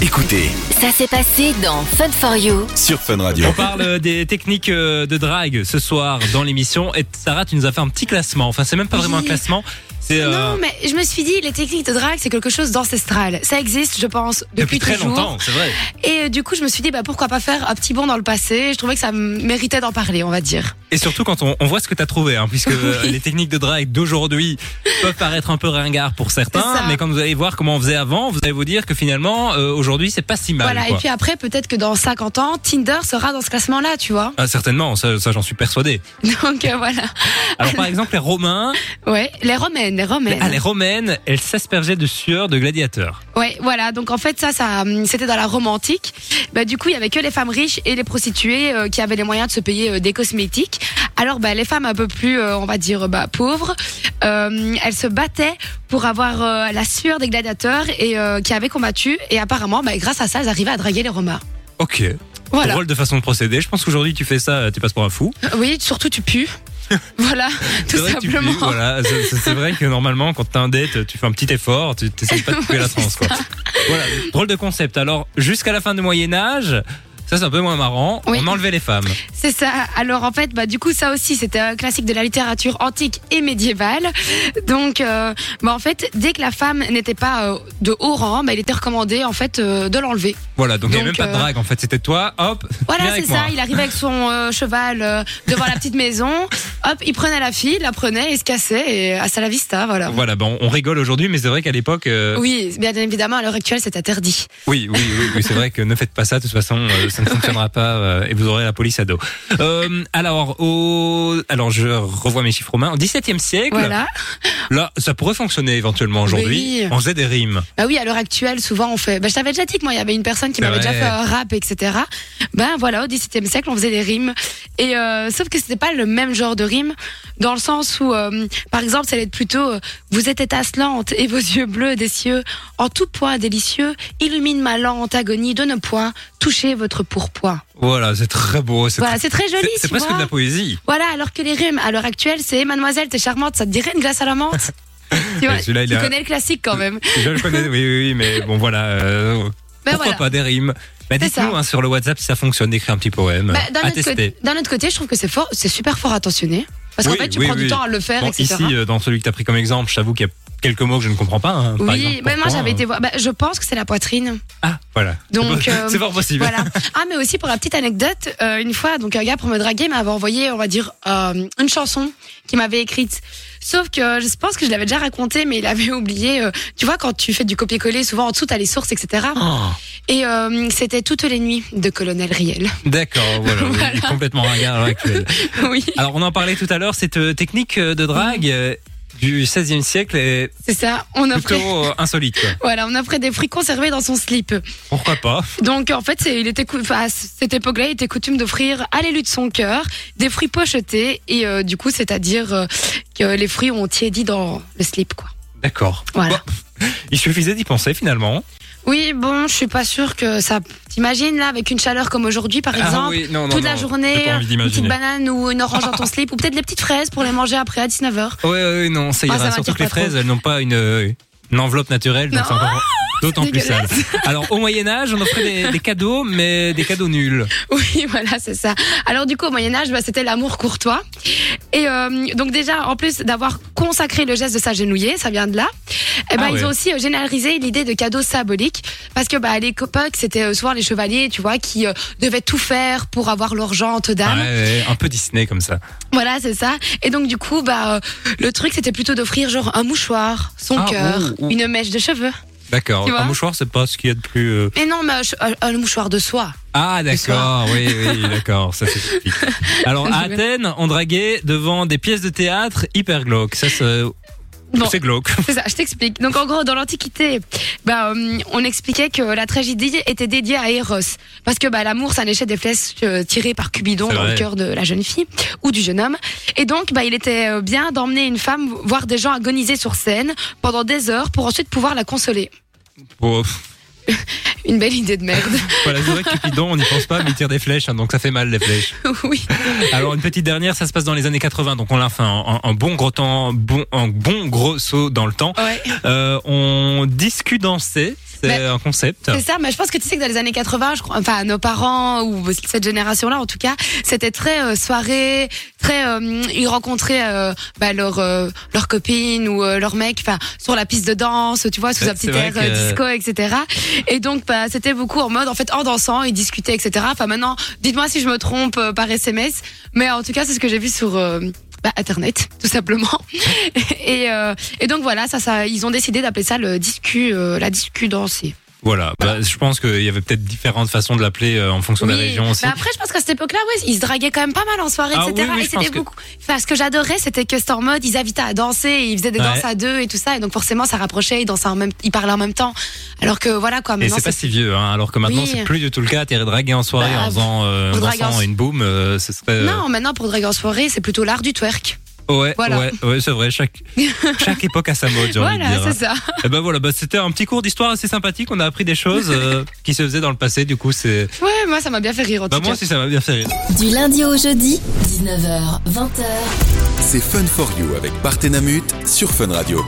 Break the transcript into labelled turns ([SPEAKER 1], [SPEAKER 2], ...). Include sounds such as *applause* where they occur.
[SPEAKER 1] Écoutez
[SPEAKER 2] Ça s'est passé dans Fun for You.
[SPEAKER 1] sur Fun Radio.
[SPEAKER 3] On parle euh, des techniques euh, de drague ce soir dans l'émission. Et Sarah, tu nous as fait un petit classement. Enfin, c'est même pas
[SPEAKER 4] Oui. Ah
[SPEAKER 3] vraiment un classement. C'est euh,
[SPEAKER 4] Non, mais je me suis dit, les techniques de drague, c'est quelque chose d'ancestral. Ça existe, je pense, depuis,
[SPEAKER 3] depuis très
[SPEAKER 4] toujours.
[SPEAKER 3] longtemps, c'est vrai.
[SPEAKER 4] Et euh, du coup, je me suis dit, bah, pourquoi pas faire un petit bond dans le passé Je trouvais que ça m- méritait d'en parler, on va dire.
[SPEAKER 3] Et surtout quand on, on voit ce que t'as trouvé, hein,
[SPEAKER 4] *laughs*
[SPEAKER 3] puisque euh, les techniques de drague d'aujourd'hui peuvent paraître un peu ringards pour
[SPEAKER 4] C'est ça.
[SPEAKER 3] certains, mais quand vous allez voir comment on faisait avant, vous allez vous dire que finalement, euh, aujourd'hui, c'est pas si mal.
[SPEAKER 4] voilà,
[SPEAKER 3] quoi.
[SPEAKER 4] et puis après, peut-être que dans 50 ans, Tinder sera dans ce classement-là, tu vois. *laughs*
[SPEAKER 3] Ah, certainement, ça, ça, j'en suis persuadé.
[SPEAKER 4] Donc euh, voilà.
[SPEAKER 3] Alors
[SPEAKER 4] *laughs*
[SPEAKER 3] par exemple, les Romains,
[SPEAKER 4] Ouais, les romaines, les romaines.
[SPEAKER 3] ah, les Romaines, elles s'aspergeaient de sueur de gladiateurs.
[SPEAKER 4] Ouais, voilà. Donc en fait, ça, ça, hum, c'était dans la Rome antique. Bah, du coup, il y avait que les femmes riches et les prostituées euh, qui avaient les moyens de se payer euh, des cosmétiques. Alors, bah, les femmes un peu plus, euh, on va dire, bah, pauvres, euh, elles se battaient pour avoir euh, la sueur des gladiateurs et euh, qui avaient combattu. Et apparemment, bah, grâce à ça, elles arrivaient à draguer les Romains.
[SPEAKER 3] Ok.
[SPEAKER 4] Voilà.
[SPEAKER 3] Drôle de façon de procéder. Je pense qu'aujourd'hui, tu fais ça, euh, tu passes pour un fou.
[SPEAKER 4] Oui, surtout tu
[SPEAKER 3] *laughs*
[SPEAKER 4] pues. voilà,
[SPEAKER 3] C'est
[SPEAKER 4] tout
[SPEAKER 3] vrai que tu
[SPEAKER 4] simplement.
[SPEAKER 3] fais- voilà, c'est- c'est c'est vrai que normalement, quand t'as un date, tu fais un petit effort, tu t'essayes pas de couper la
[SPEAKER 4] Ouais, c'est
[SPEAKER 3] transe. Quoi. Voilà, drôle de concept. Alors, jusqu'à la fin du Moyen Âge, ça c'est un peu moins marrant.
[SPEAKER 4] Oui.
[SPEAKER 3] On enlevait les femmes.
[SPEAKER 4] C'est ça. Alors en fait, bah du coup ça aussi c'était un classique de la littérature antique et médiévale. Donc euh, bah en fait, dès que la femme n'était pas euh, de haut rang, bah, il était recommandé en fait euh, de l'enlever.
[SPEAKER 3] Voilà, donc il n'y avait même
[SPEAKER 4] Donc,
[SPEAKER 3] pas de
[SPEAKER 4] euh,
[SPEAKER 3] drague en fait. C'était toi, hop. viens
[SPEAKER 4] Voilà,
[SPEAKER 3] avec
[SPEAKER 4] c'est
[SPEAKER 3] moi.
[SPEAKER 4] ça, il arrivait avec son euh, cheval euh, devant la petite maison. Hop, il prenait la fille, il la prenait, il se cassait et à la vista, voilà.
[SPEAKER 3] Voilà, bon, on rigole aujourd'hui, mais c'est vrai qu'à l'époque, euh,
[SPEAKER 4] Oui, bien évidemment, à l'heure actuelle, c'est interdit.
[SPEAKER 3] oui, oui, oui, oui, c'est vrai que ne faites pas ça, de toute façon, euh, ça ne fonctionnera pas euh, et vous aurez la police à dos. Euh, alors, au... alors, je revois mes chiffres romains. Au XVIIe siècle,
[SPEAKER 4] Voilà.
[SPEAKER 3] là, ça pourrait fonctionner éventuellement aujourd'hui.
[SPEAKER 4] Oui.
[SPEAKER 3] On faisait des rimes.
[SPEAKER 4] Bah oui, à l'heure actuelle, souvent on fait. Bah, je t'avais déjà dit que moi, il y avait une personne qui
[SPEAKER 3] C'est
[SPEAKER 4] m'avait déjà
[SPEAKER 3] vrai.
[SPEAKER 4] fait un rap, etc. Ben voilà, au XVIIe siècle, on faisait des rimes. Et euh, sauf que c'était pas le même genre de rime, dans le sens où, euh, par exemple, ça allait être plutôt euh, Vous êtes étincelante et vos yeux bleus des cieux, en tout point délicieux, illumine ma lente agonie de ne point toucher votre pourpoint.
[SPEAKER 3] Voilà, c'est très beau. C'est
[SPEAKER 4] Voilà,
[SPEAKER 3] très-
[SPEAKER 4] Bah, c'est très joli,
[SPEAKER 3] c'est- c'est
[SPEAKER 4] tu
[SPEAKER 3] presque
[SPEAKER 4] vois.
[SPEAKER 3] de la poésie.
[SPEAKER 4] Voilà, alors que les rimes, à l'heure actuelle, c'est Mademoiselle, t'es charmante, ça te dirait une glace à la
[SPEAKER 3] *laughs*
[SPEAKER 4] menthe Tu vois,
[SPEAKER 3] Mais celui-là, il
[SPEAKER 4] tu
[SPEAKER 3] a-
[SPEAKER 4] connais le classique quand même.
[SPEAKER 3] Je le connais, oui, oui, oui, mais bon, voilà. euh,
[SPEAKER 4] *laughs* Ben
[SPEAKER 3] pourquoi
[SPEAKER 4] voilà.
[SPEAKER 3] pas des rimes bah,
[SPEAKER 4] C'est
[SPEAKER 3] Dites-nous
[SPEAKER 4] ça.
[SPEAKER 3] hein, sur le WhatsApp si ça fonctionne d'écrire un petit poème.
[SPEAKER 4] Bah, d'un,
[SPEAKER 3] à
[SPEAKER 4] autre
[SPEAKER 3] tester.
[SPEAKER 4] côté, d'un autre côté, je trouve que c'est fort, c'est super fort attentionné. Parce qu'en
[SPEAKER 3] Oui,
[SPEAKER 4] fait, tu
[SPEAKER 3] oui,
[SPEAKER 4] prends
[SPEAKER 3] oui.
[SPEAKER 4] du temps à le faire,
[SPEAKER 3] Bon,
[SPEAKER 4] etc.
[SPEAKER 3] ici, euh, dans celui que tu as pris comme exemple, je t'avoue qu'il y a quelques mots que je ne comprends pas. hein, par exemple,
[SPEAKER 4] oui, mais moi
[SPEAKER 3] pourquoi,
[SPEAKER 4] j'avais
[SPEAKER 3] euh,
[SPEAKER 4] été voir. bah, je pense que c'est la poitrine.
[SPEAKER 3] Ah, voilà.
[SPEAKER 4] Donc,
[SPEAKER 3] *laughs* C'est pas-
[SPEAKER 4] euh, *laughs*
[SPEAKER 3] c'est fort possible.
[SPEAKER 4] Voilà. Ah, mais aussi pour la petite anecdote, euh, une fois, donc un gars pour me draguer m'avait envoyé, on va dire, euh, une chanson qu'il m'avait écrite. Sauf que euh, je pense que je l'avais déjà raconté, mais il avait *laughs* oublié. euh, tu vois, quand tu fais du copier-coller, souvent en dessous t'as les sources, etc.
[SPEAKER 3] Oh,
[SPEAKER 4] Et euh, c'était toutes les nuits de Colonel Riel. *laughs*
[SPEAKER 3] D'accord, voilà, oui,
[SPEAKER 4] Voilà.
[SPEAKER 3] il est complètement ringard à l'heure actuelle.
[SPEAKER 4] *laughs* oui,
[SPEAKER 3] Alors, on en parlait tout à l'heure, cette euh, technique euh, de
[SPEAKER 4] Mm.
[SPEAKER 3] drague euh, du 16e siècle est
[SPEAKER 4] c'est ça. On offrait,
[SPEAKER 3] plutôt euh, insolite. quoi.
[SPEAKER 4] *laughs* voilà, on offrait des fruits conservés dans son slip.
[SPEAKER 3] Pourquoi pas
[SPEAKER 4] Donc en fait, c'est- il était, cou- enfin, à cette époque-là, il était coutume d'offrir à l'élu de son cœur des fruits pochetés et euh, du coup, c'est-à-dire euh, que les fruits ont tiédi dans le slip, quoi.
[SPEAKER 3] D'accord.
[SPEAKER 4] Voilà.
[SPEAKER 3] Bon, il suffisait d'y penser finalement.
[SPEAKER 4] Oui, bon, je suis pas sûre que ça. T'imagines là, avec une chaleur comme aujourd'hui, par exemple,
[SPEAKER 3] Ah oui, non, non,
[SPEAKER 4] toute la
[SPEAKER 3] non,
[SPEAKER 4] journée, euh,
[SPEAKER 3] j'ai pas envie
[SPEAKER 4] une petite
[SPEAKER 3] d'imaginer.
[SPEAKER 4] banane ou une orange dans
[SPEAKER 3] *laughs*
[SPEAKER 4] ton slip, ou peut-être des petites fraises pour les manger après à 19h.
[SPEAKER 3] Ouais, ouais, ouais, non, ça
[SPEAKER 4] Ah,
[SPEAKER 3] ira.
[SPEAKER 4] ça m'attire
[SPEAKER 3] Surtout que les
[SPEAKER 4] pas trop.
[SPEAKER 3] fraises, elles n'ont pas une, euh, une enveloppe naturelle, donc
[SPEAKER 4] Non,
[SPEAKER 3] c'est encore d'autant
[SPEAKER 4] c'est
[SPEAKER 3] plus sale.
[SPEAKER 4] *laughs*
[SPEAKER 3] Alors, au Moyen-Âge, on offrait des, des cadeaux, mais des cadeaux nuls.
[SPEAKER 4] *laughs* Oui, voilà, c'est ça. Alors du coup, au Moyen Âge, bah, c'était l'amour courtois. Et euh, donc déjà, en plus d'avoir consacré le geste de s'agenouiller, ça vient de là. Eh ben,
[SPEAKER 3] Ah ouais.
[SPEAKER 4] ils ont aussi euh, généralisé l'idée de cadeau symbolique, parce que bah, à l'époque, c'était euh, souvent les chevaliers, tu vois, qui euh, devaient tout faire pour avoir leur jante d'âme.
[SPEAKER 3] Ouais, ouais, un peu Disney comme ça.
[SPEAKER 4] Voilà, c'est ça. Et donc du coup, bah, euh, le truc, c'était plutôt d'offrir genre un mouchoir, son
[SPEAKER 3] Ah,
[SPEAKER 4] cœur,
[SPEAKER 3] ouh, ouh.
[SPEAKER 4] une mèche de cheveux.
[SPEAKER 3] D'accord.
[SPEAKER 4] Tu vois
[SPEAKER 3] Un mouchoir, c'est pas ce qu'il y a de plus. euh,
[SPEAKER 4] Et non, mais un che- un- un mouchoir de soie.
[SPEAKER 3] Ah, d'accord. Oui,
[SPEAKER 4] *laughs*
[SPEAKER 3] oui, d'accord. Ça c'est typique. Alors, à
[SPEAKER 4] Je vais-
[SPEAKER 3] Athènes, on draguait devant des pièces de théâtre hyper glauques. Ça, c'est
[SPEAKER 4] Bon.
[SPEAKER 3] c'est glauque. *laughs*
[SPEAKER 4] C'est ça, je t'explique. Donc en gros, dans l'Antiquité, bah, euh, on expliquait que la tragédie était dédiée à Eros. Parce que bah, l'amour, ça léchait des flèches euh, tirées par Cupidon
[SPEAKER 3] C'est
[SPEAKER 4] dans
[SPEAKER 3] vrai.
[SPEAKER 4] le cœur de la jeune fille ou du jeune homme. Et donc, bah, il était euh, bien d'emmener une femme voir des gens agoniser sur scène pendant des heures pour ensuite pouvoir la consoler.
[SPEAKER 3] Bon,
[SPEAKER 4] une belle idée de merde. *laughs*
[SPEAKER 3] Voilà, c'est vrai que Cupidon, on n'y pense pas, mais il tire des flèches, hein, donc ça fait mal les flèches.
[SPEAKER 4] oui.
[SPEAKER 3] Alors une petite dernière, ça se passe dans les années 80, donc on l'a fait en, en- en bon gros temps, bon, en bon gros saut dans le temps.
[SPEAKER 4] Ouais.
[SPEAKER 3] Euh, on discute danser, c'est
[SPEAKER 4] Mais-
[SPEAKER 3] un concept.
[SPEAKER 4] Bah, C'est ça, mais je pense que tu sais que dans les années 80, je crois, enfin nos parents ou cette génération-là en tout cas, c'était très euh, soirée, très euh, ils rencontraient euh, bah, leur euh, leur copine ou euh, leur mec, enfin sur la piste de danse, tu vois, sous
[SPEAKER 3] Ouais,
[SPEAKER 4] un petit
[SPEAKER 3] c'est vrai
[SPEAKER 4] air
[SPEAKER 3] que-
[SPEAKER 4] euh, disco, etc. Et donc bah, c'était beaucoup en mode en fait en dansant, ils discutaient, etc. Enfin maintenant, dites-moi si je me trompe euh, par SMS, mais en tout cas c'est ce que j'ai vu sur euh, bah, internet *laughs* tout simplement et, euh, et donc voilà ça ça ils ont décidé d'appeler ça le discu euh, la discu dansée
[SPEAKER 3] Voilà, bah, je pense qu'il y avait peut-être différentes façons de l'appeler euh, en fonction des
[SPEAKER 4] Oui, bah,
[SPEAKER 3] régions aussi.
[SPEAKER 4] Mais après, je pense qu'à cette époque-là, ouais, ils se draguaient quand même pas mal en soirée,
[SPEAKER 3] Ah
[SPEAKER 4] etc.
[SPEAKER 3] oui, oui,
[SPEAKER 4] et
[SPEAKER 3] je pense
[SPEAKER 4] c'était
[SPEAKER 3] que-
[SPEAKER 4] beaucoup. Enfin, ce que j'adorais, c'était que c'était en mode, ils invitaient à danser, et ils faisaient des
[SPEAKER 3] Ouais.
[SPEAKER 4] danses à deux et tout ça, et donc forcément, ça rapprochait, ils dansaient en même, ils parlaient en même temps. Alors que voilà quoi,
[SPEAKER 3] Et
[SPEAKER 4] maintenant,
[SPEAKER 3] c'est pas
[SPEAKER 4] c'est-
[SPEAKER 3] si vieux, hein, alors que maintenant
[SPEAKER 4] Oui.
[SPEAKER 3] c'est plus du tout le cas. T'es dragué en soirée
[SPEAKER 4] Bah,
[SPEAKER 3] en faisant euh,
[SPEAKER 4] pour
[SPEAKER 3] en
[SPEAKER 4] draguer
[SPEAKER 3] dansant
[SPEAKER 4] en-
[SPEAKER 3] une boum, euh, ce serait. euh,
[SPEAKER 4] non, maintenant pour draguer en soirée, c'est plutôt l'art du twerk.
[SPEAKER 3] Ouais,
[SPEAKER 4] Voilà.
[SPEAKER 3] ouais, ouais, c'est
[SPEAKER 4] *laughs*
[SPEAKER 3] vrai. Chaque chaque époque a sa mode, j'ai envie de
[SPEAKER 4] Voilà,
[SPEAKER 3] dire.
[SPEAKER 4] c'est ça. *laughs*
[SPEAKER 3] Et ben voilà, bah, c'était un petit cours d'histoire assez sympathique. On a appris des choses
[SPEAKER 4] *laughs*
[SPEAKER 3] euh, qui se faisaient dans le passé. Du coup, c'est
[SPEAKER 4] Ouais, moi, ça m'a bien fait rire en
[SPEAKER 3] bah
[SPEAKER 4] tout
[SPEAKER 3] moi
[SPEAKER 4] cas.
[SPEAKER 3] aussi ça m'a bien fait rire.
[SPEAKER 2] Du lundi au jeudi, 19h, 20h.
[SPEAKER 1] C'est Fun for You avec Partenamut sur Fun Radio.